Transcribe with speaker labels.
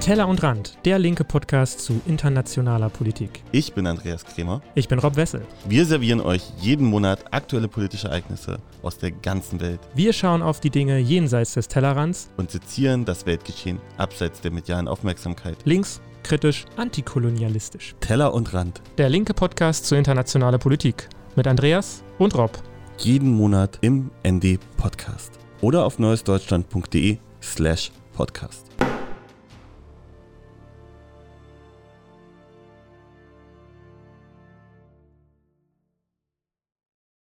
Speaker 1: Teller und Rand, der linke Podcast zu internationaler Politik.
Speaker 2: Ich bin Andreas Kremer.
Speaker 1: Ich bin Rob Wessel.
Speaker 2: Wir servieren euch jeden Monat aktuelle politische Ereignisse aus der ganzen Welt
Speaker 1: Wir schauen auf die Dinge jenseits des Tellerrands,
Speaker 2: und sezieren das Weltgeschehen abseits der medialen Aufmerksamkeit.
Speaker 1: links, kritisch, antikolonialistisch.
Speaker 2: Teller und Rand.
Speaker 1: Der linke Podcast zu internationaler Politik mit Andreas und Rob.
Speaker 2: Jeden Monat im ND Podcast. Oder auf neuesdeutschland.de E slash Podcast.